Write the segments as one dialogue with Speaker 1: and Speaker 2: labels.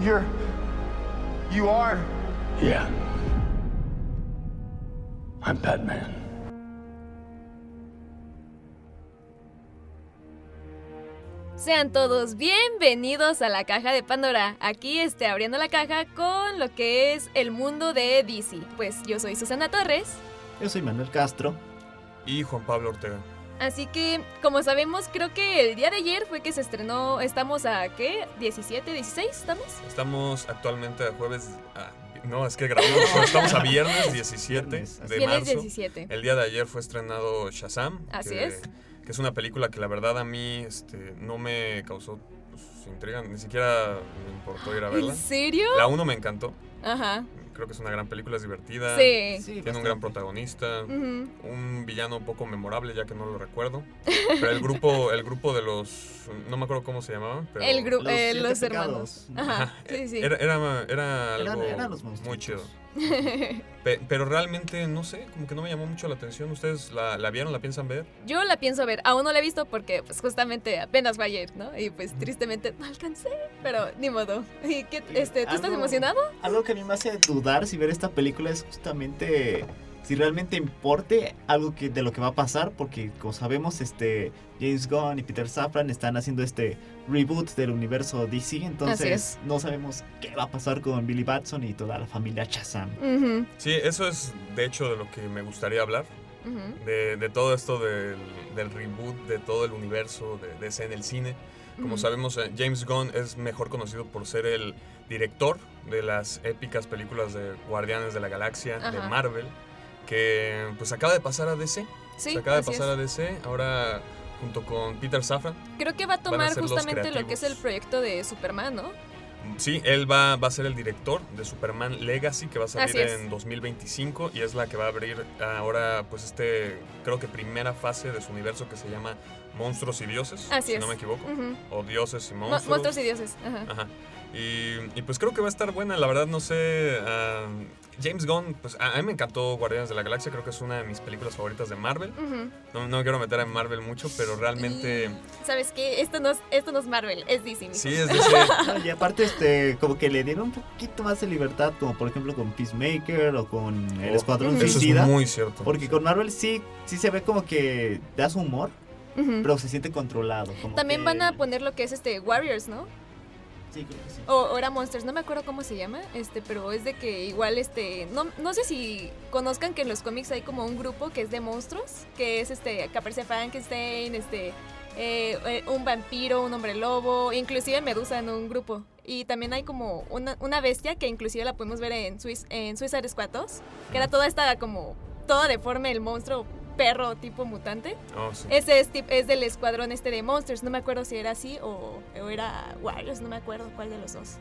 Speaker 1: You're. You are.
Speaker 2: Yeah. I'm Batman.
Speaker 3: Sean todos bienvenidos a la caja de Pandora. Aquí esté abriendo la caja con lo que es el mundo de DC. Pues yo soy Susana Torres.
Speaker 4: Yo soy Manuel Castro.
Speaker 5: Y Juan Pablo Ortega.
Speaker 3: Así que, como sabemos, creo que el día de ayer fue que se estrenó. Estamos a qué? ¿17, 16? ¿Estamos?
Speaker 5: Estamos actualmente a jueves. ah, no, es que grabamos. estamos a viernes 17
Speaker 4: Viernes, así
Speaker 5: de
Speaker 3: Viernes
Speaker 5: marzo.
Speaker 3: 17.
Speaker 5: Eh, El día de ayer fue estrenado Shazam.
Speaker 3: Así
Speaker 5: que,
Speaker 3: es.
Speaker 5: Que es una película que la verdad a mí este, no me causó pues, intriga, ni siquiera me importó ir a verla.
Speaker 3: ¿En serio?
Speaker 5: La 1 me encantó.
Speaker 3: Ajá.
Speaker 5: Creo que es una gran película, es divertida.
Speaker 3: Sí. Mm.
Speaker 5: Tiene un gran protagonista.
Speaker 3: Ujú.
Speaker 5: un villano poco memorable ya que no lo recuerdo pero el grupo el grupo de los no me acuerdo cómo se llamaban pero
Speaker 3: El grupo,
Speaker 4: Los
Speaker 3: eh,
Speaker 4: siete
Speaker 3: los hermanos.
Speaker 4: pecados.
Speaker 3: Ajá. Sí,
Speaker 5: eh,
Speaker 3: sí.
Speaker 5: era era, era
Speaker 4: Eran-
Speaker 5: algo
Speaker 4: eran los
Speaker 5: muy chido
Speaker 4: monstruitos.
Speaker 5: Pe- pero realmente no sé como que no me llamó mucho la atención ustedes la, la vieron la piensan ver
Speaker 3: Yo la pienso ver, aún no la he visto porque pues justamente apenas fue ayer, ¿no? Y pues tristemente no alcancé, pero ni modo. ¿Y qué, este, ¿Tú estás
Speaker 4: Algo-
Speaker 3: emocionado?
Speaker 4: Algo que a mí me hace dudar si ver esta película es justamente si realmente importe algo que de lo que va a pasar, porque como sabemos, este James Gunn y Peter Safran están haciendo este reboot del universo DC, entonces
Speaker 3: es.
Speaker 4: no sabemos qué va a pasar con Billy Batson y toda la familia Shazam.
Speaker 3: Ujú,
Speaker 5: sí eso es de hecho de lo que me gustaría hablar
Speaker 3: ujú,
Speaker 5: de, de todo esto del, del reboot de todo el universo de DC en el cine Como
Speaker 3: ujú.
Speaker 5: sabemos, eh, James Gunn es mejor conocido por ser el director de las épicas películas de Guardianes de la Galaxia, de
Speaker 3: Ajá.
Speaker 5: Marvel, que pues acaba de pasar a DC.
Speaker 3: Sí,
Speaker 5: se acaba de
Speaker 3: así es.
Speaker 5: pasar a DC, ahora junto con Peter Safran.
Speaker 3: Creo que va a tomar
Speaker 5: ser los
Speaker 3: justamente lo que es el
Speaker 5: creativos.
Speaker 3: proyecto de Superman, ¿no?
Speaker 5: Sí, él va, va a ser el director de Superman Legacy, que va a
Speaker 3: Así
Speaker 5: salir
Speaker 3: es.
Speaker 5: en 2025 y es la que va a abrir ahora pues este, creo que primera fase de su universo que se llama Monstruos y Dioses,
Speaker 3: Así
Speaker 5: si
Speaker 3: es.
Speaker 5: no me equivoco.
Speaker 3: Ujú. Mo-
Speaker 5: O Dioses y Monstruos.
Speaker 3: Monstruos, y dioses. Ajá.
Speaker 5: Ajá. Y, y, pues creo que va a estar buena, la verdad no sé. ah, James Gunn, pues a, a mí me encantó Guardianes de la Galaxia, creo que es una de mis películas favoritas de Marvel.
Speaker 3: Ujú.
Speaker 5: No, no me quiero meter en Marvel mucho, pero Ah, realmente
Speaker 3: Y, ¿Sabes qué? Esto no es, esto no es Marvel, es Disney. mijo.
Speaker 5: sí es de ese-
Speaker 4: Y aparte, este, como que le dieron un poquito más de libertad, como por ejemplo con Peacemaker o con El
Speaker 5: Oh,
Speaker 4: Escuadrón
Speaker 3: ujú.
Speaker 5: Eso es
Speaker 4: Suicida.
Speaker 5: muy cierto.
Speaker 4: Porque con Marvel sí, sí se ve como que da su humor,
Speaker 3: Ujú.
Speaker 4: pero se siente controlado. como
Speaker 3: También
Speaker 4: que-
Speaker 3: van a poner lo que es este Warriors, ¿no?
Speaker 4: Sí, creo que sí.
Speaker 3: O, o era Monsters, no me acuerdo cómo se llama, este, pero es de que igual, este, no, no sé si conozcan que en los cómics hay como un grupo que es de monstruos, que es este, que aparece Frankenstein, este, eh, eh, un vampiro, un hombre lobo, inclusive Medusa en un grupo. Y también hay como una, una bestia que inclusive la pudimos ver en, Suis- en Suicide Squad 2, que era toda esta como, todo deforme, el monstruo perro tipo mutante.
Speaker 5: Oh, sí.
Speaker 3: Ese es, tip- es del escuadrón este de Monsters, no me acuerdo si era así o, o era Warriors, no me acuerdo cuál de los dos.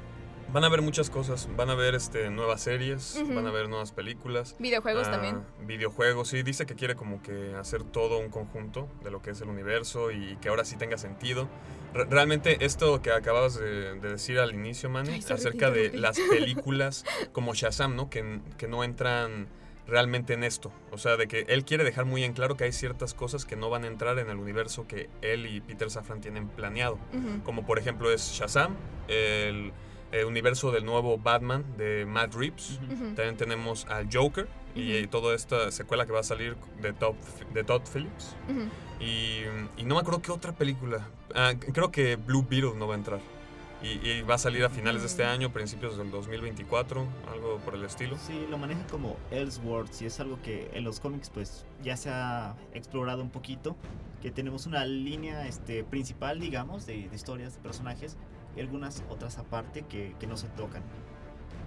Speaker 5: Van a ver muchas cosas, van a ver este, nuevas series,
Speaker 3: Ujú.
Speaker 5: van a ver nuevas películas.
Speaker 3: Videojuegos
Speaker 5: ah,
Speaker 3: también.
Speaker 5: Videojuegos, sí, dice que quiere como que hacer todo un conjunto de lo que es el universo y que ahora sí tenga sentido. Re- realmente esto que acababas de, de decir al inicio, Manny,
Speaker 3: Ay, sorry, te
Speaker 5: acerca de
Speaker 3: interrumpí.
Speaker 5: las películas como Shazam, ¿no? Que, n- que no entran realmente en esto. O sea, de que él quiere dejar muy en claro que hay ciertas cosas que no van a entrar en el universo que él y Peter Safran tienen planeado
Speaker 3: Ujú.
Speaker 5: Ah. como por ejemplo es Shazam, el, el universo del nuevo Batman de Matt Reeves.
Speaker 3: Ujú.
Speaker 5: También tenemos al Joker y
Speaker 3: Ujú.
Speaker 5: eh, toda esta secuela que va a salir de, Top, de Todd Phillips.
Speaker 3: Ujú.
Speaker 5: Y, y no me acuerdo qué otra película. Ah, c- creo que Blue Beetle no va a entrar. Y, y va a salir a finales de este
Speaker 3: Mm.
Speaker 5: año, principios del 2024, algo por el estilo.
Speaker 4: Sí, lo maneja como Elseworlds y es algo que en los cómics pues ya se ha explorado un poquito, que tenemos una línea este, principal, digamos, de, de historias, de personajes y algunas otras aparte que, que no se tocan.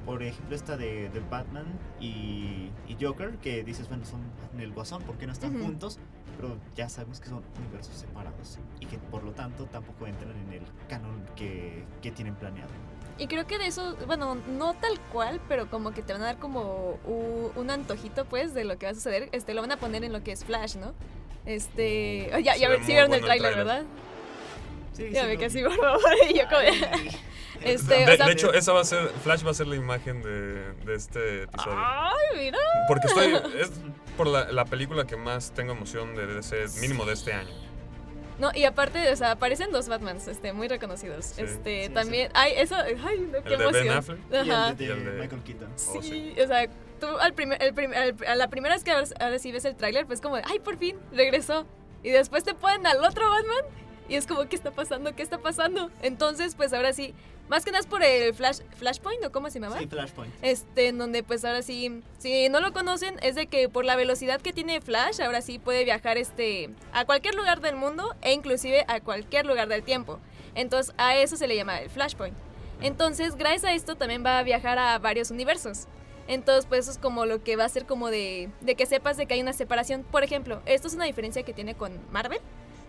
Speaker 4: Por ejemplo, esta de, de Batman y, y Joker, que dices, bueno, son en el guasón, ¿por qué no están
Speaker 3: Ujú.
Speaker 4: juntos? Pero ya sabemos que son universos separados y que por lo tanto tampoco entran en el canon que, que tienen planeado.
Speaker 3: Y creo que de eso, bueno, no tal cual, pero como que te van a dar como u- un antojito, pues, de lo que va a suceder. Este, lo van a poner en lo que es Flash, ¿no? Este, oh, ya,
Speaker 5: Mm, Se
Speaker 3: ya
Speaker 5: ve
Speaker 3: ver- sí
Speaker 5: muy
Speaker 3: vieron el
Speaker 5: bueno el
Speaker 3: tráiler, ¿verdad?
Speaker 5: tráiler.
Speaker 4: Sí,
Speaker 3: Ya
Speaker 4: sí,
Speaker 3: me
Speaker 4: lo
Speaker 3: que
Speaker 4: vi.
Speaker 3: sí, por favor. Y yo como,
Speaker 4: Ay.
Speaker 3: Este,
Speaker 5: de,
Speaker 3: o
Speaker 5: de
Speaker 3: sea-
Speaker 5: hecho, esa va a ser, Flash va a ser la imagen de, de este episodio.
Speaker 3: ay, mira.
Speaker 5: Porque estoy. Es por la, la película que más tengo emoción de ese mínimo de este año.
Speaker 3: No, y aparte, o sea, aparecen dos Batmans, este, muy reconocidos.
Speaker 5: Sí.
Speaker 3: este,
Speaker 4: Sí,
Speaker 3: también, ay, eso, ay, no, qué
Speaker 5: de Ben
Speaker 3: emoción.
Speaker 5: Affleck?
Speaker 4: Y
Speaker 3: Ajá.
Speaker 4: el de,
Speaker 5: Y el de-
Speaker 4: Michael Keaton.
Speaker 3: Sí,
Speaker 5: Oh, sí.
Speaker 3: o sea, tú al primer, el prim- al- a la primera vez que ves- ahora sí ves el tráiler, pues como, de, ay, por fin, regresó. Y después te ponen al otro Batman y es como, ¿qué está pasando? ¿Qué está pasando? Entonces, pues ahora sí, más que nada es por el flash, Flashpoint, ¿o cómo se llamaba?
Speaker 4: Sí, Flashpoint.
Speaker 3: Este, en donde pues ahora sí, si no lo conocen, es de que por la velocidad que tiene Flash, ahora sí puede viajar este, a cualquier lugar del mundo e inclusive a cualquier lugar del tiempo. Entonces a eso se le llama el Flashpoint. Entonces gracias a esto también va a viajar a varios universos. Entonces pues eso es como lo que va a ser como de, de que sepas de que hay una separación. Por ejemplo, esto es una diferencia que tiene con Marvel.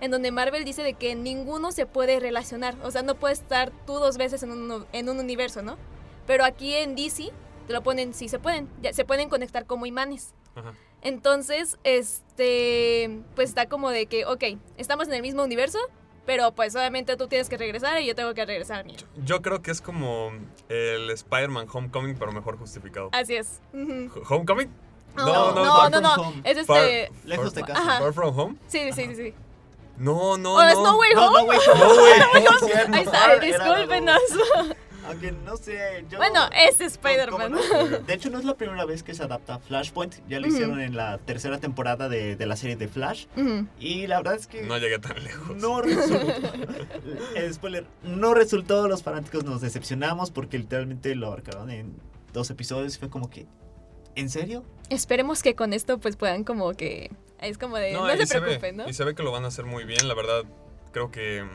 Speaker 3: En donde Marvel dice de que ninguno se puede relacionar. O sea, no puedes estar tú dos veces en un, en un universo, ¿no? Pero aquí en DC te lo ponen, sí se pueden, ya, se pueden conectar como imanes.
Speaker 5: Ajá.
Speaker 3: Entonces, este, pues está como de que, ok, estamos en el mismo universo, pero pues obviamente tú tienes que regresar y yo tengo que regresar al mío.
Speaker 5: Yo creo que es como el Spider-Man Homecoming, pero mejor justificado.
Speaker 3: Así es. Ujú.
Speaker 5: ¿Homecoming?
Speaker 3: Ah. no,
Speaker 4: no,
Speaker 3: no,
Speaker 4: Far
Speaker 3: no,
Speaker 4: From
Speaker 3: no,
Speaker 4: Home.
Speaker 3: Es
Speaker 5: Far-
Speaker 3: este,
Speaker 4: Lejos de
Speaker 5: far,
Speaker 4: casa.
Speaker 3: Ajá.
Speaker 5: Far From Home?
Speaker 3: sí, sí, sí, sí.
Speaker 5: No, no,
Speaker 3: O es No
Speaker 5: no.
Speaker 3: Way
Speaker 4: No,
Speaker 3: Home.
Speaker 4: no, güey, no,
Speaker 3: Ahí está, discúlpenos.
Speaker 4: Aunque no sé, yo...
Speaker 3: Bueno, es
Speaker 4: ¿Cómo
Speaker 3: Spider-Man.
Speaker 4: no? De hecho, no es la primera vez que se adapta a Flashpoint. Ya lo
Speaker 3: Ujú.
Speaker 4: hicieron en la tercera temporada de, de la serie de Flash.
Speaker 3: Ujú.
Speaker 4: Y la verdad es que
Speaker 5: No llegué tan lejos.
Speaker 4: no resultó. Eh, Spoiler, no resultó. Los fanáticos nos decepcionamos porque literalmente lo abarcaron en dos episodios. y Fue como que, ¿en serio?
Speaker 3: Esperemos que con esto pues puedan como que, es como de, Eh, no,
Speaker 5: y
Speaker 3: se
Speaker 5: ve-
Speaker 3: preocupen, ¿no?
Speaker 5: Y se ve que lo van a hacer muy bien, la verdad. Creo que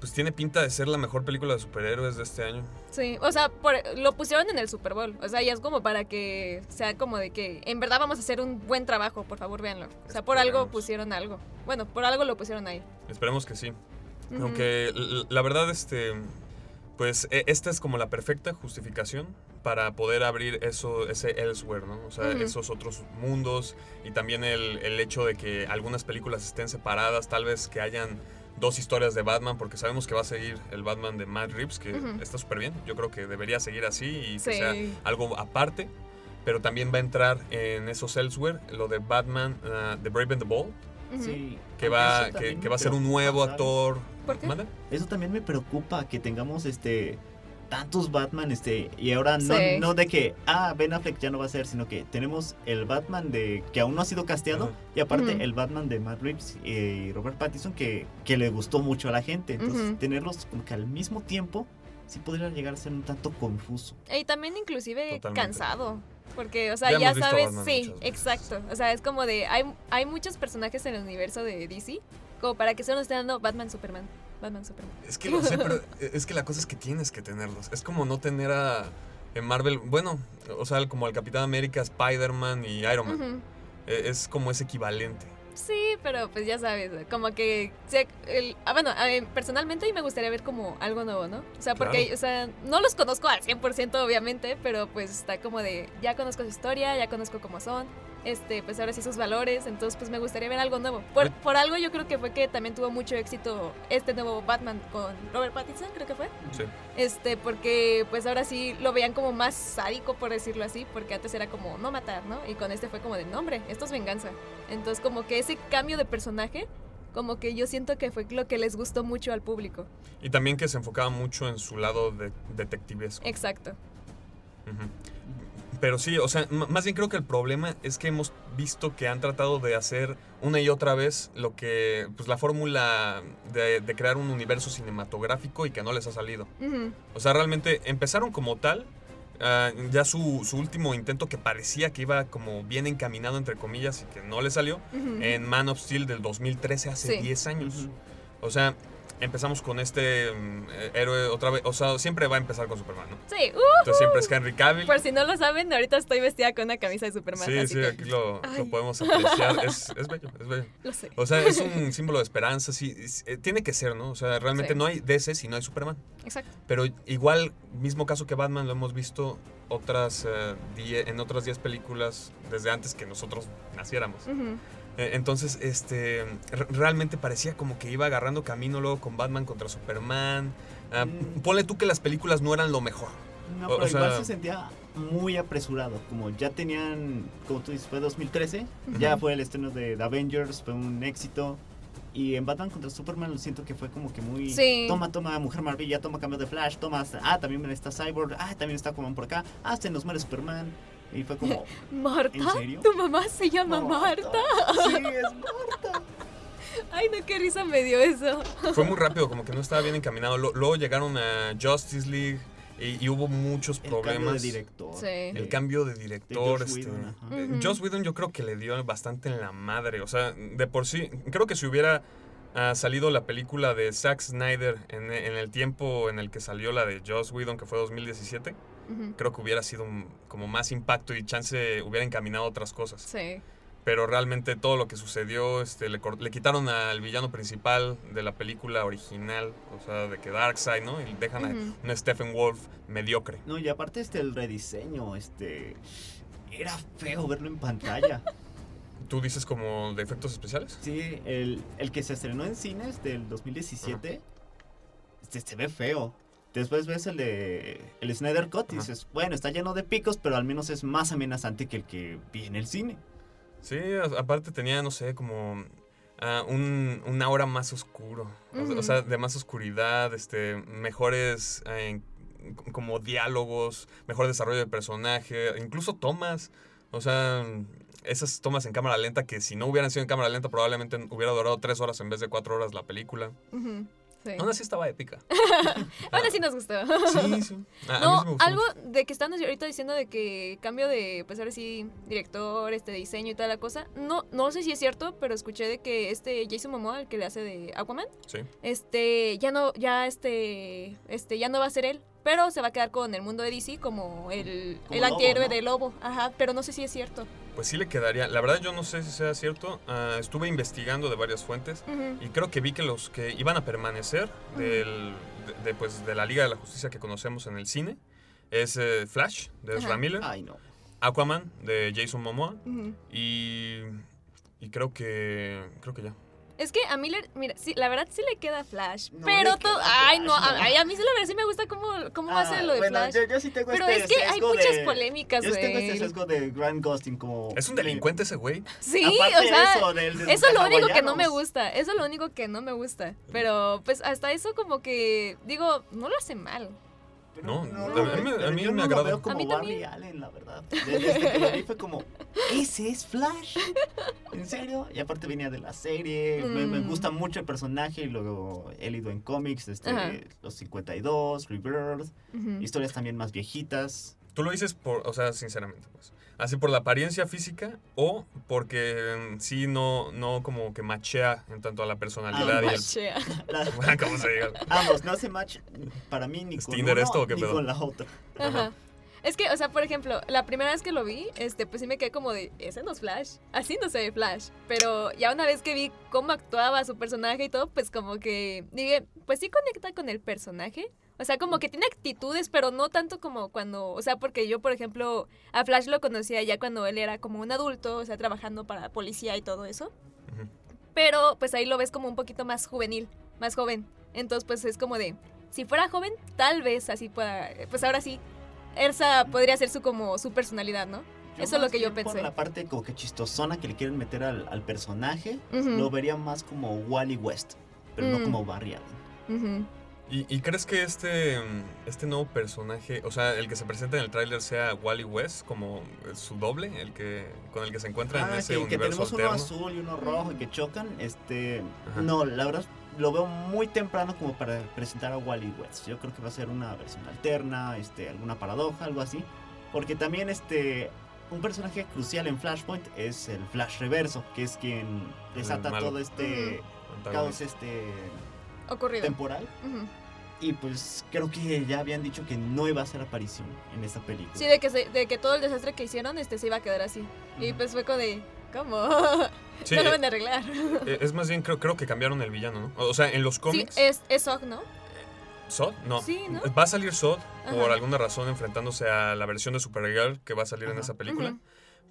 Speaker 5: pues tiene pinta de ser la mejor película de superhéroes de este año.
Speaker 3: Sí, o sea, por- lo pusieron en el Super Bowl. O sea, ya es como para que sea como de que en verdad vamos a hacer un buen trabajo, por favor, véanlo. O sea, por algo
Speaker 5: Esperemos.
Speaker 3: pusieron algo. Bueno, por algo lo pusieron ahí.
Speaker 5: Esperemos que sí.
Speaker 3: Ujú.
Speaker 5: Aunque l- la verdad, este, pues e- esta es como la perfecta justificación para poder abrir eso, ese elsewhere, ¿no? O sea,
Speaker 3: Ujú.
Speaker 5: esos otros mundos y también el, el hecho de que algunas películas estén separadas, tal vez que hayan dos historias de Batman, porque sabemos que va a seguir el Batman de Matt Reeves, que
Speaker 3: Ujú.
Speaker 5: está súper bien. Yo creo que debería seguir así y que
Speaker 3: Sí.
Speaker 5: sea algo aparte. Pero también va a entrar en esos elsewhere lo de Batman, uh, The Brave and the Bold,
Speaker 3: Ujú.
Speaker 5: que
Speaker 4: Aunque
Speaker 5: va,
Speaker 4: eso
Speaker 5: que,
Speaker 4: también
Speaker 5: que
Speaker 4: me
Speaker 5: va a ser un
Speaker 4: preocupa,
Speaker 5: nuevo
Speaker 4: ¿sabes?
Speaker 5: actor.
Speaker 3: Ah, ¿Por qué?
Speaker 5: ¿Mande?
Speaker 4: Eso también me preocupa que tengamos este tantos Batman este y ahora no,
Speaker 3: Sí.
Speaker 4: no de que ah Ben Affleck ya no va a ser sino que tenemos el Batman de que aún no ha sido casteado
Speaker 5: Ajá.
Speaker 4: y aparte
Speaker 3: Ujú.
Speaker 4: el Batman de Matt Reeves eh, y Robert Pattinson que, que le gustó mucho a la gente entonces
Speaker 3: Ujú.
Speaker 4: tenerlos como que al mismo tiempo sí podría llegar a ser un tanto confuso
Speaker 3: Y también inclusive
Speaker 5: Totalmente.
Speaker 3: cansado. Porque, o sea,
Speaker 5: Ya
Speaker 3: ya,
Speaker 5: hemos visto a
Speaker 3: sabes,
Speaker 5: Batman
Speaker 3: sí,
Speaker 5: muchas veces.
Speaker 3: exacto. O sea, es como de, hay, hay muchos personajes en el universo de DC, como para que solo nos estén dando Batman, Superman, Batman, Superman.
Speaker 5: Es que lo sé, pero e-, es que la cosa es que tienes que tenerlos. Es como no tener a en Marvel, bueno, o sea, como al Capitán América, Spider-Man y Iron Man.
Speaker 3: Ujú.
Speaker 5: E- Es como ese equivalente.
Speaker 3: Sí, pero pues ya sabes, como que... se- el- ah, bueno, a ver, personalmente a mí me gustaría ver como algo nuevo, ¿no? O sea, porque
Speaker 5: Claro.
Speaker 3: o sea, no los conozco al 100% obviamente, pero pues está como de, ya conozco su historia, ya conozco cómo son, este, pues ahora sí sus valores, entonces pues me gustaría ver algo nuevo. Por,
Speaker 5: Ahorita-
Speaker 3: por algo yo creo que fue que también tuvo mucho éxito este nuevo Batman con Robert Pattinson, creo que fue.
Speaker 5: Sí.
Speaker 3: Este, porque pues ahora sí lo veían como más sádico, por decirlo así, porque antes era como no matar, ¿no? Y con este fue como de nombre, esto es venganza. Entonces, como que ese cambio de personaje, como que yo siento que fue lo que les gustó mucho al público.
Speaker 5: Y también que se enfocaba mucho en su lado de detectivesco.
Speaker 3: Exacto.
Speaker 5: Ujú. Pero sí, o sea, m- más bien creo que el problema es que hemos visto que han tratado de hacer una y otra vez lo que, pues la fórmula de, de crear un universo cinematográfico y que no les ha salido.
Speaker 3: Ujú,
Speaker 5: O sea, realmente empezaron como tal. ah, ya su, su último intento que parecía que iba como bien encaminado, entre comillas, y que no le salió,
Speaker 3: ujú.
Speaker 5: en Man of Steel del 2013, hace
Speaker 3: Sí.
Speaker 5: 10 años. O sea, empezamos con este mm, eh, héroe otra vez. O sea, siempre va a empezar con Superman, ¿no?
Speaker 3: Sí, uh,
Speaker 5: Entonces siempre es Henry Cavill.
Speaker 3: por si no lo saben, ahorita estoy vestida con una camisa de Superman.
Speaker 5: sí,
Speaker 3: así
Speaker 5: sí,
Speaker 3: que
Speaker 5: aquí lo,
Speaker 3: Ay.
Speaker 5: lo podemos apreciar. Es, es bello, es bello.
Speaker 3: lo sé.
Speaker 5: O sea, es un símbolo de esperanza, sí. es- eh, tiene que ser, ¿no? O sea, realmente
Speaker 3: Sí.
Speaker 5: no hay DC si no hay Superman.
Speaker 3: Exacto.
Speaker 5: Pero igual, mismo caso que Batman, lo hemos visto otras, eh, die- en otras 10 películas desde antes que nosotros naciéramos.
Speaker 3: Ujú.
Speaker 5: Eh, entonces, este, re- realmente parecía como que iba agarrando camino luego con Batman contra Superman. Ah,
Speaker 4: Mm.
Speaker 5: Ponle tú que las películas no eran lo mejor.
Speaker 4: Pues, No,
Speaker 5: O-
Speaker 4: pero
Speaker 5: o sea-
Speaker 4: igual se sentía muy apresurado. Como ya tenían, como tú dices, fue 2013, ya
Speaker 5: Ujú.
Speaker 4: fue el estreno de The Avengers, fue un éxito. Y en Batman contra Superman lo siento que fue como que muy...
Speaker 3: Sí.
Speaker 4: Toma, toma, Mujer Maravilla, toma cambio de Flash, toma... Ah, también está Cyborg, ah, también está Aquaman por acá, ah, se nos muere Superman. Y fue como... ¿En
Speaker 3: ¿Marta?
Speaker 4: serio?
Speaker 3: ¿Tu mamá se llama Marta?
Speaker 4: Sí, es Marta.
Speaker 3: Ay, no, qué risa me dio eso.
Speaker 5: Fue muy rápido, como que no estaba bien encaminado. Lo- Luego llegaron a Justice League y, y hubo muchos
Speaker 4: El cambio de
Speaker 5: problemas.
Speaker 4: director.
Speaker 3: Sí.
Speaker 5: El cambio de director.
Speaker 4: Joss
Speaker 5: este,
Speaker 4: Whedon, ajá.
Speaker 5: eh,
Speaker 3: ¿eh? Ujú.
Speaker 5: Joss Whedon yo creo que le dio bastante en la madre. O sea, de por sí, creo que si hubiera ah, salido la película de Zack Snyder en, en el tiempo en el que salió la de Joss Whedon, que fue 2017,
Speaker 3: Ujú,
Speaker 5: creo que hubiera sido un- como más impacto y chance hubiera encaminado a otras cosas.
Speaker 3: Sí.
Speaker 5: Pero realmente todo lo que sucedió, este, le, cor- le quitaron al villano principal de la película original, o sea, de que Darkseid, ¿no? Y dejan
Speaker 3: Ujú.
Speaker 5: a un Stephen Wolf mediocre.
Speaker 4: No, y aparte este, el rediseño, este... Era feo verlo en pantalla.
Speaker 5: ¿Tú dices como de efectos especiales?
Speaker 4: Sí, el, el que se estrenó en cines del 2017 este, se, se ve feo. Después ves el de el Snyder Cut y
Speaker 5: Ajá.
Speaker 4: dices, bueno, está lleno de picos, pero al menos es más amenazante que el que vi en el cine.
Speaker 5: Sí, a- aparte tenía, no sé, como ah, un, una aura más oscuro. O sea-
Speaker 3: Ujú.
Speaker 5: O sea, de más oscuridad, este, mejores eh, c- como diálogos, mejor desarrollo de personaje, incluso tomas. O sea, esas tomas en cámara lenta que si no hubieran sido en cámara lenta probablemente hubiera durado tres horas en vez de cuatro horas la película.
Speaker 3: ujú, sí.
Speaker 5: Aún así estaba épica.
Speaker 3: Aún así nos gustó.
Speaker 5: Sí, sí. A- a mí
Speaker 3: No,
Speaker 5: sí me gustó
Speaker 3: algo
Speaker 5: mucho.
Speaker 3: de que están ahorita diciendo de que cambio de, pues ahora sí, director, este diseño y toda la cosa. No, no sé si es cierto, pero escuché de que este Jason Momoa, el que le hace de Aquaman,
Speaker 5: Sí.
Speaker 3: este, ya no, ya este, este, ya no va a ser él. Pero se va a quedar con el mundo de DC como el,
Speaker 4: Como
Speaker 3: el
Speaker 4: Lobo,
Speaker 3: antihéroe
Speaker 4: ¿no?
Speaker 3: de Lobo. Ajá, pero no sé si es cierto.
Speaker 5: Pues sí le quedaría. La verdad yo no sé si sea cierto. Ah, estuve investigando de varias fuentes.
Speaker 3: Ujú,
Speaker 5: Y creo que vi que los que iban a permanecer del- de, de, pues, de la Liga de la Justicia que conocemos en el cine es eh, Flash de Ezra
Speaker 3: Ajá.
Speaker 5: Miller,
Speaker 4: Ay, no.
Speaker 5: Aquaman de Jason Momoa
Speaker 3: ujú.
Speaker 5: y, y creo que creo que ya.
Speaker 3: Es que a Miller, mira, sí, la verdad sí le queda Flash,
Speaker 4: No
Speaker 3: pero
Speaker 4: le
Speaker 3: todo,
Speaker 4: queda
Speaker 3: ay
Speaker 4: Flash,
Speaker 3: no, a,
Speaker 4: no.
Speaker 3: ay, a mí sí la verdad sí me gusta cómo, cómo va a ser lo de
Speaker 4: Ah, bueno,
Speaker 3: Flash.
Speaker 4: Yo, yo sí tengo
Speaker 3: pero
Speaker 4: este
Speaker 3: es que hay
Speaker 4: sesgo
Speaker 3: muchas
Speaker 4: de-
Speaker 3: polémicas
Speaker 4: Yo sí tengo
Speaker 3: de
Speaker 4: este
Speaker 3: él.
Speaker 4: sesgo de Grand Ghosting como...
Speaker 5: Es un delincuente ese güey.
Speaker 3: Sí,
Speaker 4: Aparte
Speaker 3: o sea,
Speaker 4: de eso, del- de
Speaker 3: Eso es lo
Speaker 4: los
Speaker 3: único que no me
Speaker 4: hawaianos.
Speaker 3: gusta, eso es lo único que no me gusta. Pero pues hasta eso como que digo, no lo hace mal.
Speaker 4: Pero
Speaker 5: No,
Speaker 4: lo
Speaker 5: a mí
Speaker 4: veo-
Speaker 5: me- a
Speaker 4: pero
Speaker 5: mí
Speaker 4: yo
Speaker 5: me
Speaker 4: no
Speaker 5: agrada.
Speaker 4: Lo veo como
Speaker 3: A mí
Speaker 4: Barry
Speaker 3: también.
Speaker 4: Allen, la verdad. Desde que lo vi fue como, ese es Flash. ¿En serio? Y aparte venía de la serie. Me, me
Speaker 3: Mm.
Speaker 4: gusta mucho el personaje. Y luego he leído en cómics, este,
Speaker 3: Ajá.
Speaker 4: los 52, Rebirth,
Speaker 3: Ujú.
Speaker 4: historias también más viejitas.
Speaker 5: Tú lo dices por, o sea, sinceramente, pues. Así por la apariencia física o porque mm, sí no no como que machea en tanto a la personalidad
Speaker 4: Ah,
Speaker 5: y el-
Speaker 3: Machea.
Speaker 4: La-
Speaker 5: ¿Cómo se diga?
Speaker 4: ambos, no hace match para mí ni con
Speaker 5: ¿Tinder
Speaker 4: uno,
Speaker 5: esto o qué
Speaker 4: ni
Speaker 5: pedo?
Speaker 4: con la otra.
Speaker 3: Ajá. Es que, o sea, por ejemplo, la primera vez que lo vi, este, pues sí me quedé como de, ese no es Flash, así no se ve Flash. Pero ya una vez que vi cómo actuaba su personaje y todo, pues como que dije, pues sí conecta con el personaje. O sea, como que tiene actitudes, pero no tanto como cuando, o sea, porque yo, por ejemplo, a Flash lo conocía ya cuando él era como un adulto, o sea, trabajando para policía y todo eso.
Speaker 5: Ujú.
Speaker 3: Pero pues ahí lo ves como un poquito más juvenil, más joven. Entonces pues es como de, si fuera joven, tal vez así pueda, pues ahora sí, Elsa podría ser su como su personalidad, ¿no? Eso es lo
Speaker 4: más
Speaker 3: que yo
Speaker 4: bien
Speaker 3: pensé.
Speaker 4: Por la parte como que chistosona que le quieren meter al, al personaje,
Speaker 3: Ujú.
Speaker 4: lo vería más como Wally West, pero no
Speaker 3: Mm.
Speaker 4: como Barry Allen.
Speaker 3: Ujú.
Speaker 5: ¿Y, y crees que este, mm, este nuevo personaje, o sea, el que se presenta en el tráiler sea Wally West como eh, su doble, el que con el que se encuentra en
Speaker 4: Ah,
Speaker 5: ese
Speaker 4: que, que
Speaker 5: universo
Speaker 4: tenemos
Speaker 5: alterno?
Speaker 4: uno azul y uno rojo y que chocan. Este,
Speaker 5: Ajá.
Speaker 4: no, la verdad lo veo muy temprano como para presentar a Wally West. Yo creo que va a ser una versión alterna, este, alguna paradoja, algo así. Porque también este, un personaje crucial en Flashpoint es el Flash Reverso, que es quien desata
Speaker 5: malo.
Speaker 4: todo
Speaker 3: Mm.
Speaker 4: este caos
Speaker 5: Antagonista.
Speaker 4: este
Speaker 3: Ocurrido.
Speaker 5: Em,
Speaker 4: temporal.
Speaker 3: Ujú.
Speaker 4: Y pues creo que ya habían dicho que no iba a ser aparición en esta película.
Speaker 3: Sí, de que, se- de que todo el desastre que hicieron este se iba a quedar así. Y
Speaker 4: Ujú.
Speaker 3: pues fue como de, ¿cómo?
Speaker 5: Sí,
Speaker 3: no lo
Speaker 5: eh,
Speaker 3: van a arreglar.
Speaker 5: eh, es más bien creo, creo que cambiaron el villano, ¿no? O o sea, en los
Speaker 3: Sí,
Speaker 5: cómics
Speaker 3: es, es Zog, ¿no?
Speaker 5: Zod no.
Speaker 3: Sí, ¿no?
Speaker 5: Va a salir Zod por
Speaker 3: Ajá.
Speaker 5: alguna razón enfrentándose a la versión de Supergirl que va a salir en
Speaker 4: Ajá.
Speaker 5: esa película.
Speaker 3: Ujú.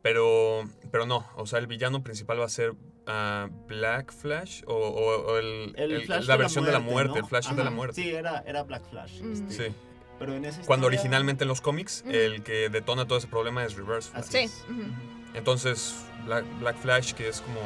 Speaker 5: Pero, pero no, o sea, el villano principal va a ser ah, Black Flash o, o- o el,
Speaker 4: El
Speaker 5: el-
Speaker 4: Flash
Speaker 5: la versión de la muerte,
Speaker 4: ¿no?
Speaker 5: el Flash de la
Speaker 4: Ajá.
Speaker 5: muerte.
Speaker 4: Sí, era, era Black Flash.
Speaker 3: Mm.
Speaker 4: este,
Speaker 5: sí.
Speaker 4: Pero en esa
Speaker 5: Cuando
Speaker 4: historia-
Speaker 5: originalmente en los cómics
Speaker 3: Ujú.
Speaker 5: el que detona todo ese problema es Reverse. Flash.
Speaker 4: Así
Speaker 3: Sí,
Speaker 4: es.
Speaker 3: ujú.
Speaker 5: Entonces Black, Black Flash, que es como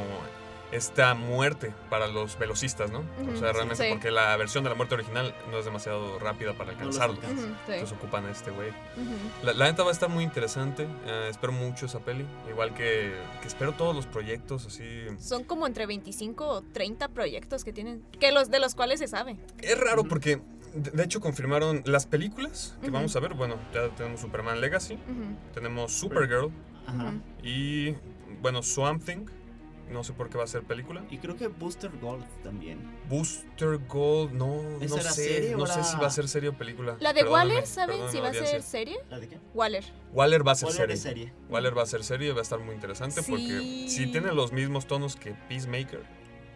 Speaker 5: esta muerte para los velocistas, ¿no? O
Speaker 3: Ujú,
Speaker 5: sea, realmente
Speaker 3: sí.
Speaker 5: porque la versión de la muerte original no es demasiado rápida para
Speaker 4: No los
Speaker 5: alcanzarlo.
Speaker 4: alcanza.
Speaker 3: Ujú, sí.
Speaker 5: Entonces ocupan a este güey.
Speaker 3: Ujú.
Speaker 5: La, la neta va a estar muy interesante. eh, espero mucho esa peli. Igual que, que espero todos los proyectos así.
Speaker 3: Son como entre 25 o 30 proyectos que tienen, que los de los cuales se sabe.
Speaker 5: Es raro
Speaker 4: Ujú.
Speaker 5: porque, de, de hecho, confirmaron las películas que
Speaker 3: Ujú.
Speaker 5: vamos a ver. Bueno, ya tenemos Superman Legacy,
Speaker 3: Ujú,
Speaker 5: tenemos Supergirl
Speaker 4: Ajá.
Speaker 3: ujú.
Speaker 5: y, bueno, Swamp Thing. No sé por qué va a ser película.
Speaker 4: Y creo que Booster Gold también.
Speaker 5: Booster Gold, no,
Speaker 4: ¿Esa
Speaker 5: no
Speaker 4: era
Speaker 5: sé.
Speaker 4: serie o
Speaker 5: no sé
Speaker 4: era-
Speaker 5: si va a ser serie o película.
Speaker 3: La de
Speaker 5: Perdóname,
Speaker 3: Waller, ¿saben si
Speaker 5: perdóname,
Speaker 3: va a
Speaker 5: audiencia.
Speaker 3: ser serie?
Speaker 4: ¿La de qué?
Speaker 3: Waller.
Speaker 5: Waller va a ser
Speaker 4: ¿Cuál era
Speaker 5: serie.
Speaker 4: serie?
Speaker 5: Waller va a ser serie, va a estar muy interesante
Speaker 3: Sí.
Speaker 5: porque si tiene los mismos tonos que Peacemaker,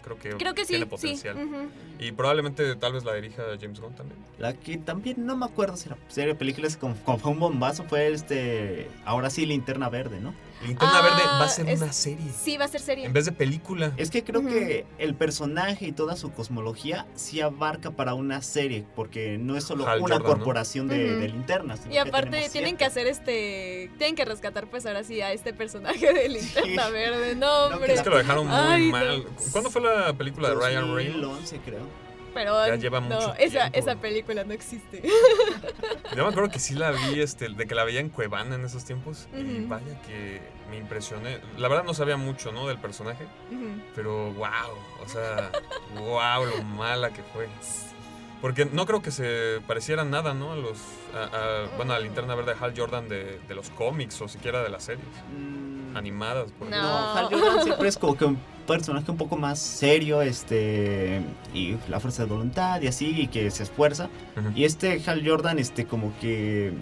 Speaker 5: creo que,
Speaker 3: Creo que sí, Mm.
Speaker 5: tiene
Speaker 3: sí.
Speaker 5: potencial.
Speaker 3: ujú.
Speaker 5: Y probablemente tal vez la dirija James Gunn también.
Speaker 4: La que también no me acuerdo si era serie o película, es como, como fue un bombazo, fue este. Ahora sí, Linterna Verde, ¿no?
Speaker 5: Linterna
Speaker 3: Ah,
Speaker 5: Verde va a ser
Speaker 3: es-
Speaker 5: una serie
Speaker 3: Sí, va a ser serie.
Speaker 5: en vez de película.
Speaker 4: Es que creo
Speaker 3: Ujú.
Speaker 4: que el personaje y toda su cosmología sí abarca para una serie, porque no es solo
Speaker 5: Hal
Speaker 4: una
Speaker 5: Jordan, ¿no?
Speaker 4: corporación de,
Speaker 3: Ujú.
Speaker 4: de linternas. sino
Speaker 3: Y
Speaker 4: que
Speaker 3: aparte
Speaker 4: tenemos
Speaker 3: tienen
Speaker 4: siete.
Speaker 3: que hacer este, tienen que rescatar pues ahora sí a este personaje de Linterna Verde. No,
Speaker 4: No, que
Speaker 3: hombre.
Speaker 5: Es que lo dejaron muy
Speaker 3: Ay, no.
Speaker 5: mal. ¿Cuándo fue la película de Ryan Reynolds?
Speaker 4: 2011, creo.
Speaker 3: Pero
Speaker 5: Ya lleva
Speaker 3: no,
Speaker 5: mucho
Speaker 3: esa,
Speaker 5: tiempo.
Speaker 3: esa película no existe.
Speaker 5: Yo me acuerdo que sí la vi, este, de que la veía en Cuevana en esos tiempos. Y
Speaker 3: Ujú.
Speaker 5: vaya que me impresioné. La verdad no sabía mucho, ¿no? Del personaje.
Speaker 3: Ujú.
Speaker 5: Pero wow, o sea, wow, lo mala que fue. Porque no creo que se pareciera nada, ¿no? A los. a- a- bueno, a la linterna verde de Hal Jordan de, de los cómics o siquiera de las series
Speaker 4: Mm,
Speaker 5: animadas. Por
Speaker 3: No.
Speaker 5: ejemplo.
Speaker 4: No, Hal Jordan siempre es como que un personaje un poco más serio, este, y la fuerza de voluntad y así, y que se esfuerza.
Speaker 5: Ujú.
Speaker 4: Y este Hal Jordan, este, como que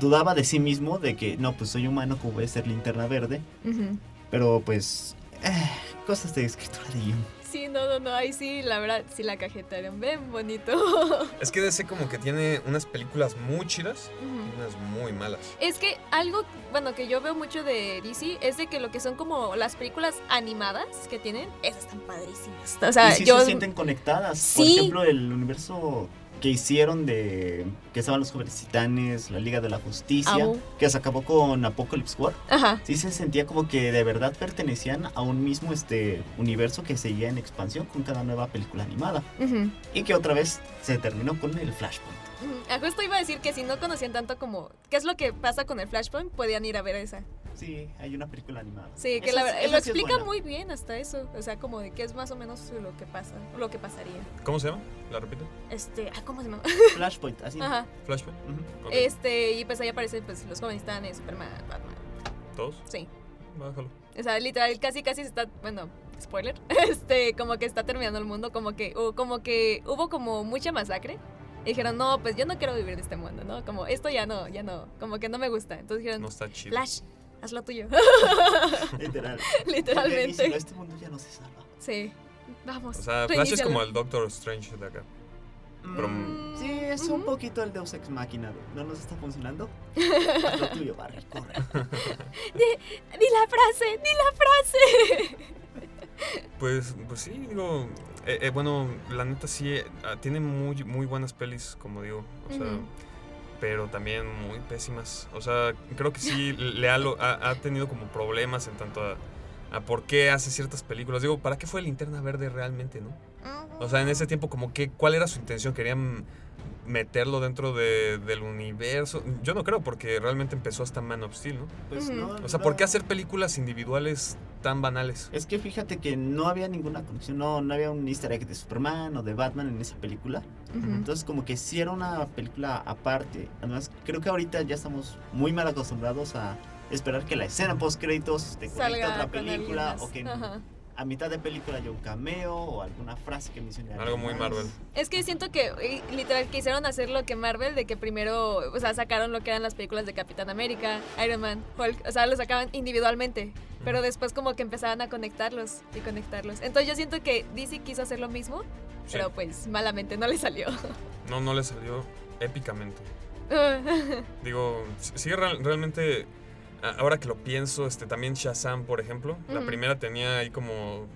Speaker 4: dudaba de sí mismo, de que, no, pues soy humano, como voy a ser linterna verde,
Speaker 3: Ujú.
Speaker 4: pero pues, eh, cosas de escritura de guión.
Speaker 3: Sí, no, no, no, ahí sí, la verdad, sí la cajetaron bien bonito.
Speaker 5: Es que DC como que tiene unas películas muy chidas
Speaker 3: Ujú.
Speaker 5: y unas muy malas.
Speaker 3: Es que algo, bueno, que yo veo mucho de DC es de que lo que son como las películas animadas que tienen, esas están padrísimas. O sea,
Speaker 4: y sí
Speaker 3: yo...
Speaker 4: se sienten conectadas. Por
Speaker 3: Sí.
Speaker 4: ejemplo, el universo que hicieron de que estaban los jóvenes titanes, la Liga de la Justicia,
Speaker 3: Au.
Speaker 4: que se acabó con Apocalypse War.
Speaker 3: Ajá.
Speaker 4: Sí se sentía como que de verdad pertenecían a un mismo este universo que seguía en expansión con cada nueva película animada
Speaker 3: ujú.
Speaker 4: y que otra vez se terminó con el Flashpoint.
Speaker 3: Ujú. Ah, Justo iba a decir que si no conocían tanto como qué es lo que pasa con el Flashpoint, podían ir a ver esa.
Speaker 4: Sí, hay una película animada.
Speaker 3: Sí, que
Speaker 4: Esa
Speaker 3: la
Speaker 4: es-
Speaker 3: verdad,
Speaker 4: esa
Speaker 3: lo
Speaker 4: sí es
Speaker 3: explica
Speaker 4: buena.
Speaker 3: muy bien hasta eso. O sea, como de qué es más o menos lo que pasa, lo que pasaría.
Speaker 5: ¿Cómo se llama? ¿La repito?
Speaker 3: Este, ah, ¿cómo se llama?
Speaker 4: Flashpoint, así.
Speaker 3: Ajá.
Speaker 5: ¿Flashback?
Speaker 4: Ujú.
Speaker 5: Ok,
Speaker 3: Este, y pues ahí aparecen pues, los jóvenes titanes, Superman, Batman.
Speaker 5: ¿Todos?
Speaker 3: Sí.
Speaker 5: Bájalo.
Speaker 3: O sea, literal, casi, casi se está, bueno, spoiler, este, como que está terminando el mundo, como que, o como que hubo como mucha masacre. Y dijeron, no, pues yo no quiero vivir de este mundo, ¿no? Como, esto ya no, ya no, como que no me gusta. Entonces dijeron,
Speaker 5: No está chido.
Speaker 3: Flash, haz lo tuyo,
Speaker 4: Literal. Porque dicen, "No,
Speaker 3: literalmente.
Speaker 4: este mundo ya no se salva.
Speaker 3: Sí, vamos.
Speaker 5: O sea, Flash es
Speaker 3: reinícialo.
Speaker 5: como el Doctor Strange de acá. Pero-
Speaker 4: Mm, sí, es un
Speaker 3: Ujú.
Speaker 4: poquito el Deus Ex Máquina de, no nos está funcionando. Haz lo tuyo, Barry, corre.
Speaker 3: Di la frase, di la frase.
Speaker 5: Pues, pues sí, digo. eh, eh, bueno, la neta sí, eh, ah, tiene muy, muy buenas pelis, como digo. O sea,
Speaker 3: Ujú.
Speaker 5: pero también muy pésimas. O sea, creo que sí le ha, lo- ha- ha tenido como problemas en tanto a, a por qué hace ciertas películas. Digo, ¿para qué fue Linterna Verde realmente, no? O sea, en ese tiempo, como que, ¿cuál era su intención? ¿Querían meterlo dentro de- del universo? Yo no creo, porque realmente empezó hasta Man of Steel, ¿no?
Speaker 4: Pues
Speaker 3: Ujú.
Speaker 4: no.
Speaker 5: O sea, ¿por
Speaker 4: no.
Speaker 5: qué hacer películas individuales tan banales?
Speaker 4: Es que fíjate que no había ninguna conexión, no, no había un easter egg de Superman o de Batman en esa película.
Speaker 3: Ujú.
Speaker 4: Entonces como que sí era una película aparte. Además, creo que ahorita ya estamos muy mal acostumbrados a esperar que la escena post créditos te conecte a
Speaker 3: Salga
Speaker 4: otra
Speaker 3: con alguien
Speaker 4: película
Speaker 3: más.
Speaker 4: o que en-
Speaker 3: Ajá.
Speaker 4: a mitad de película haya un cameo o alguna frase que mencione a
Speaker 5: Algo
Speaker 4: alguien
Speaker 5: muy
Speaker 4: más.
Speaker 5: Marvel.
Speaker 3: Es que siento que eh, literal quisieron hacer lo que Marvel, de que primero, o sea, sacaron lo que eran las películas de Capitán América, Iron Man, Hulk, o sea, los sacaban individualmente, pero después como que empezaban a conectarlos y conectarlos. Entonces yo siento que DC quiso hacer lo mismo,
Speaker 5: Sí.
Speaker 3: pero pues malamente no le salió.
Speaker 5: No, no le salió épicamente. Digo, sí, sí, real- realmente, a- ahora que lo pienso, este, también Shazam, por ejemplo, la
Speaker 3: Ujú.
Speaker 5: primera tenía ahí como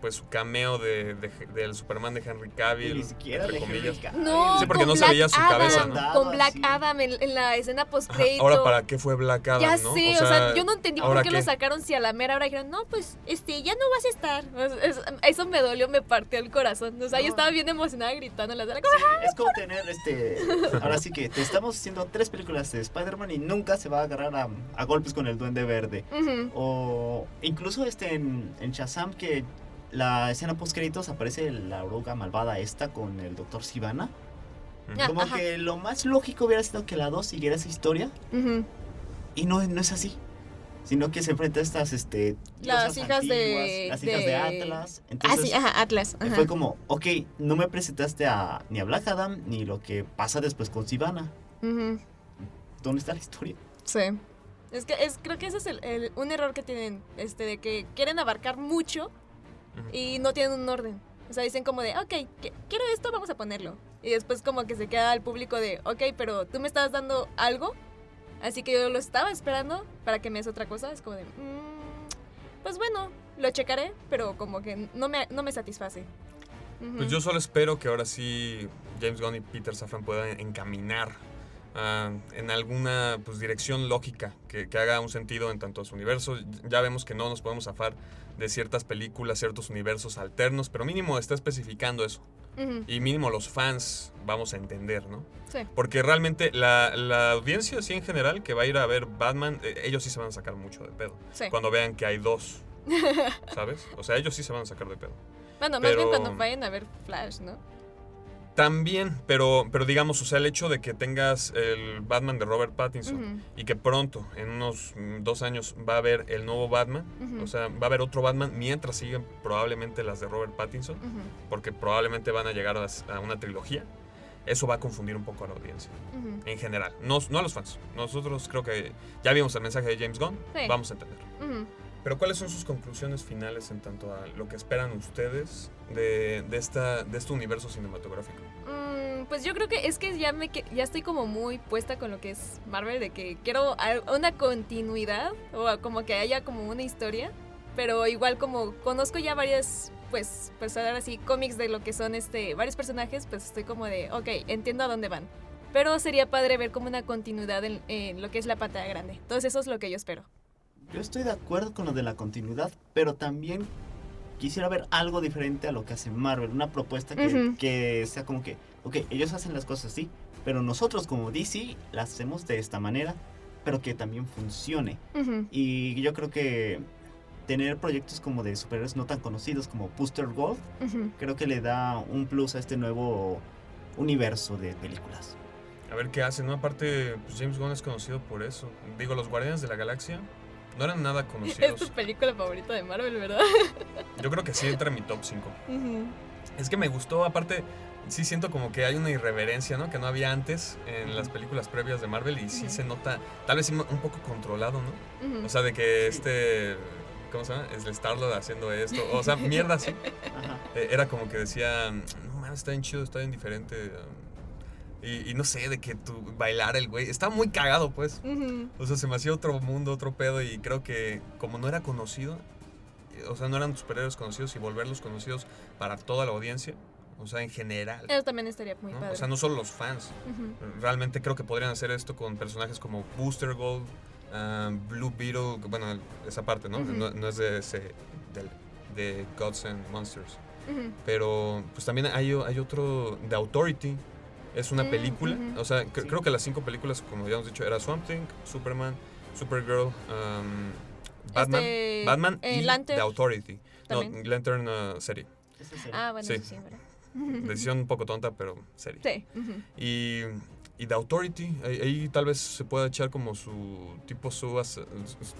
Speaker 5: pues su cameo de, de- del Superman de Henry
Speaker 4: Y
Speaker 5: Cavill.
Speaker 4: ni siquiera
Speaker 5: entre
Speaker 4: de Henry
Speaker 5: comillas.
Speaker 4: Cavill.
Speaker 3: No,
Speaker 5: Sí, porque
Speaker 3: con
Speaker 5: no se
Speaker 3: Black
Speaker 5: veía su
Speaker 3: Adam,
Speaker 5: cabeza,
Speaker 4: ¿no?
Speaker 3: Con Black
Speaker 4: Sí.
Speaker 3: Adam en, en la escena post
Speaker 5: Ajá, Ahora, ¿para qué fue Black Adam,
Speaker 3: Ya
Speaker 5: no?
Speaker 3: sé, o sea, yo no entendí por
Speaker 5: ¿ahora
Speaker 3: qué, lo sacaron si a la mera hora dijeron, no, pues, este, ya no vas a estar. Es- es- eso me dolió, me partió el corazón. O sea, yo
Speaker 4: No.
Speaker 3: estaba bien emocionada gritando en la sala.
Speaker 4: Es como tener este. Ahora sí que te estamos haciendo tres películas de Spider-Man y nunca se va a agarrar a, a golpes con el Duende Verde.
Speaker 3: Ujú.
Speaker 4: O incluso este en, en Shazam que la escena post créditos aparece la bruja malvada esta con el doctor Sivana.
Speaker 5: Ujú.
Speaker 3: Ah,
Speaker 4: Como
Speaker 3: ajá.
Speaker 4: que lo más lógico hubiera sido que la 2 siguiera esa historia
Speaker 3: Ujú. Ah,
Speaker 4: y no, no es así. Sino que se enfrenta a estas este
Speaker 3: Las
Speaker 4: diosas
Speaker 3: hijas de-
Speaker 4: antiguas, las hijas de,
Speaker 3: de-
Speaker 4: Atlas.
Speaker 3: Ah,
Speaker 4: Entonces, eh,
Speaker 3: sí, ajá, Atlas. ajá.
Speaker 4: Fue como, ok, no me presentaste a, ni a Black Adam ni lo que pasa después con Sivana.
Speaker 3: Ujú,
Speaker 4: ¿Dónde está la historia?
Speaker 3: Sí. Es que es, creo que ese es el- el- un error que tienen, este, de que quieren abarcar mucho
Speaker 5: Ujú.
Speaker 3: y no tienen un orden. O sea, dicen como de, ok, qui- quiero esto, vamos a ponerlo. Y después como que se queda al público de, ok, pero tú me estabas dando algo, así que yo lo estaba esperando para que me des otra cosa. Es como de, "Mm, pues bueno, lo checaré, pero como que no me, no me satisface. Ujú.
Speaker 5: Pues yo solo espero que ahora sí James Gunn y Peter Safran puedan encaminar ah, en alguna pues, dirección lógica que, que haga un sentido en tanto a su universo. Ya vemos que no nos podemos zafar de ciertas películas, ciertos universos alternos, pero mínimo está especificando eso.
Speaker 3: Ujú,
Speaker 5: Y mínimo los fans vamos a entender, ¿no?
Speaker 3: Sí.
Speaker 5: Porque realmente la, la audiencia así en general que va a ir a ver Batman, eh, ellos sí se van a sacar mucho de pedo.
Speaker 3: sí.
Speaker 5: Cuando vean que hay dos, ¿sabes? O sea, ellos sí se van a sacar de pedo.
Speaker 3: Bueno, más bien
Speaker 5: pero-
Speaker 3: cuando vayan a ver Flash, ¿no?
Speaker 5: También, pero, pero digamos, o sea, el hecho de que tengas el Batman de Robert Pattinson
Speaker 3: Ujú.
Speaker 5: y que pronto, en unos mm, dos años, va a haber el nuevo Batman,
Speaker 3: Ujú.
Speaker 5: o sea, va a haber otro Batman mientras siguen probablemente las de Robert Pattinson,
Speaker 3: Ujú,
Speaker 5: porque probablemente van a llegar a, las- a una trilogía, eso va a confundir un poco a la audiencia,
Speaker 3: ujú.
Speaker 5: en general, no, no a los fans. Nosotros creo que ya vimos el mensaje de James Gunn,
Speaker 3: Sí.
Speaker 5: vamos a entender.
Speaker 3: Ujú.
Speaker 5: Pero ¿cuáles son sus conclusiones finales en tanto a lo que esperan ustedes de, de esta, de este universo cinematográfico?
Speaker 3: Mm, pues yo creo que es que ya me que- ya estoy como muy puesta con lo que es Marvel de que quiero al- una continuidad o a- como que haya como una historia, pero igual como conozco ya varias pues pues ahora sí cómics de lo que son este varios personajes, pues estoy como de, ok, entiendo a dónde van. Pero sería padre ver como una continuidad en, en lo que es la pantalla grande. Entonces eso es lo que yo espero.
Speaker 4: Yo estoy de acuerdo con lo de la continuidad, pero también quisiera ver algo diferente a lo que hace Marvel. Una propuesta que,
Speaker 3: Ujú.
Speaker 4: que sea como que, ok, ellos hacen las cosas así, pero nosotros como DC las hacemos de esta manera, pero que también funcione. Y yo creo que tener proyectos como de superhéroes no tan conocidos como Booster Gold, creo que le da un plus a este nuevo universo de películas.
Speaker 5: A ver qué hacen, ¿no? Aparte, pues, James Gunn es conocido por eso. Digo, los Guardianes de la Galaxia no eran nada
Speaker 3: Es tu
Speaker 5: conocidos.
Speaker 3: película favorita de Marvel, ¿verdad?
Speaker 5: Yo creo que sí entra en mi top 5.
Speaker 3: Ujú.
Speaker 5: Es que me gustó, aparte, sí siento como que hay una irreverencia, ¿no? Que no había antes en las películas previas de Marvel y sí
Speaker 3: Ujú.
Speaker 5: se nota, tal vez sí un poco controlado, ¿no?
Speaker 3: Ujú.
Speaker 5: O sea, de que este, ¿cómo se llama? Es el Star-Lord haciendo esto. O sea, mierda, así.
Speaker 4: Ajá.
Speaker 5: Eh, Era como que decía, no mames, está bien chido, está bien diferente. Y, y no sé, de que tú bailar el güey. Estaba muy cagado, pues.
Speaker 3: Ujú.
Speaker 5: O sea, se me hacía otro mundo, otro pedo y creo que como no era conocido, eh, o sea, no eran superhéroes conocidos y volverlos conocidos para toda la audiencia, o sea, en general,
Speaker 3: Eso también estaría muy
Speaker 5: ¿no?
Speaker 3: padre.
Speaker 5: O sea, no solo los fans.
Speaker 3: Ujú.
Speaker 5: Realmente creo que podrían hacer esto con personajes como Booster Gold, ah, Blue Beetle, que, bueno, esa parte, ¿no?
Speaker 3: Ujú.
Speaker 5: no, no es de, ese- del- de Gods and Monsters.
Speaker 3: Ujú.
Speaker 5: Pero pues también hay, o- hay otro, The Authority, es una
Speaker 3: Mm,
Speaker 5: película,
Speaker 3: ujú.
Speaker 5: o sea, cre-
Speaker 4: Sí.
Speaker 5: creo que las cinco películas, como ya hemos dicho, era Swamp Thing, Superman, Supergirl, um, Batman,
Speaker 3: Este,
Speaker 5: Batman
Speaker 3: eh,
Speaker 5: y
Speaker 3: Lantern
Speaker 5: The Authority.
Speaker 3: también.
Speaker 5: No, Lantern uh, serie.
Speaker 4: Ese es el-
Speaker 3: Ah, bueno,
Speaker 5: Sí.
Speaker 3: eso sí, ¿verdad?
Speaker 5: Decisión un poco tonta, pero serie.
Speaker 3: Sí. ujú.
Speaker 5: Y, y The Authority, ahí, ahí tal vez se pueda echar como su tipo subas,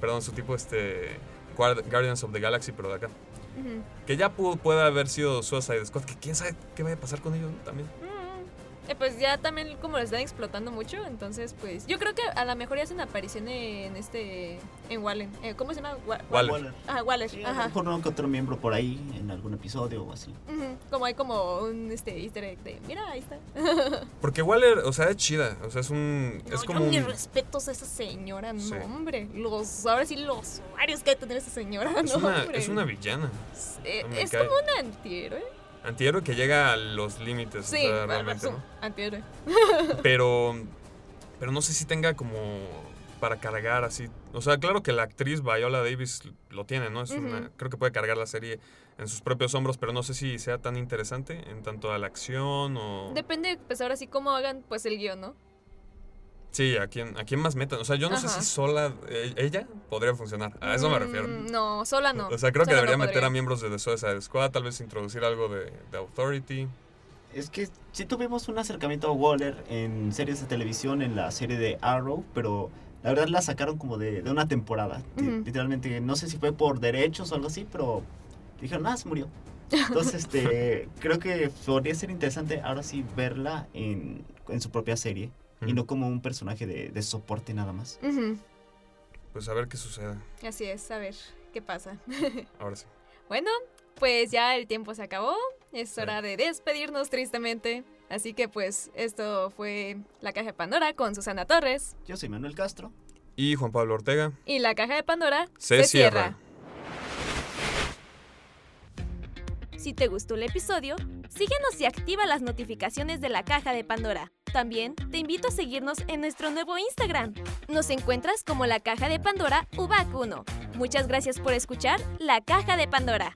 Speaker 5: perdón, su tipo este Guard- Guardians of the Galaxy, pero de acá.
Speaker 3: Ujú.
Speaker 5: Que ya pudo, puede haber sido Suicide Squad, que quién sabe qué vaya a pasar con ellos ¿no? también.
Speaker 3: Mm, eh, pues ya también como lo están explotando mucho, entonces pues yo creo que a lo mejor ya hacen aparición en este, en Wallen. Eh, ¿Cómo se llama? Wa- Wa-
Speaker 5: Waller.
Speaker 4: Waller.
Speaker 3: Ajá, Waller.
Speaker 4: Sí, a lo
Speaker 3: Ajá.
Speaker 4: mejor no que otro miembro por ahí en algún episodio o así.
Speaker 3: Ujú, Como hay como un este, easter egg de, mira, ahí está.
Speaker 5: Porque Waller, o sea, es chida. O sea, es un. es como.
Speaker 3: yo mis
Speaker 5: un-
Speaker 3: respetos a esa señora, no
Speaker 5: Sí.
Speaker 3: hombre. Los, ahora sí los usuarios que hay que tener esa señora,
Speaker 5: es,
Speaker 3: no
Speaker 5: una,
Speaker 3: hombre.
Speaker 5: es una villana.
Speaker 3: Eh,
Speaker 5: Me
Speaker 3: es
Speaker 5: cae.
Speaker 3: como un antihéroe.
Speaker 5: Antihéroe que llega a los límites. o
Speaker 3: Sí,
Speaker 5: sea,
Speaker 3: bueno, es
Speaker 5: realmente,
Speaker 3: un
Speaker 5: ¿no?
Speaker 3: antihéroe.
Speaker 5: Pero. Pero no sé si tenga como. Para cargar así. O sea, claro que la actriz Viola Davis lo tiene, ¿no? Es una,
Speaker 3: Ujú.
Speaker 5: creo que puede cargar la serie en sus propios hombros, pero no sé si sea tan interesante en tanto a la acción o.
Speaker 3: Depende, pues ahora sí, cómo hagan pues el guión, ¿no?
Speaker 5: Sí, a quién, a quién más metan. O sea, yo no sé
Speaker 3: Ajá.
Speaker 5: si sola. eh, ella podría funcionar. A eso me refiero.
Speaker 3: Mm, No, sola no.
Speaker 5: O sea, creo que
Speaker 3: Sola no
Speaker 5: debería meter a
Speaker 3: podría.
Speaker 5: miembros de The Suicide Squad, tal vez introducir algo de, de Authority.
Speaker 4: Es que sí tuvimos un acercamiento a Waller en series de televisión, en la serie de Arrow, pero la verdad la sacaron como de, de una temporada. Ti-
Speaker 3: Ujú.
Speaker 4: Literalmente, no sé si fue por derechos o algo así, pero dijeron, ah, se murió. Entonces, este, creo que podría ser interesante ahora sí verla en, en su propia serie y
Speaker 5: Ujú.
Speaker 4: no como un personaje de, de soporte nada más.
Speaker 3: Ujú,
Speaker 5: Pues a ver qué sucede.
Speaker 3: Así es, a ver qué pasa.
Speaker 5: Ahora sí.
Speaker 3: Bueno, pues ya el tiempo se acabó. Es
Speaker 5: Sí.
Speaker 3: hora de despedirnos tristemente. Así que pues esto fue La Caja de Pandora con Susana Torres.
Speaker 4: Yo soy Manuel Castro.
Speaker 5: Y Juan Pablo Ortega.
Speaker 3: Y La Caja de Pandora
Speaker 5: Se, cierra.
Speaker 6: Si te gustó el episodio, síguenos y activa las notificaciones de la caja de Pandora. También te invito a seguirnos en nuestro nuevo Instagram. Nos encuentras como la caja de Pandora UBAC1. Muchas gracias por escuchar La Caja de Pandora.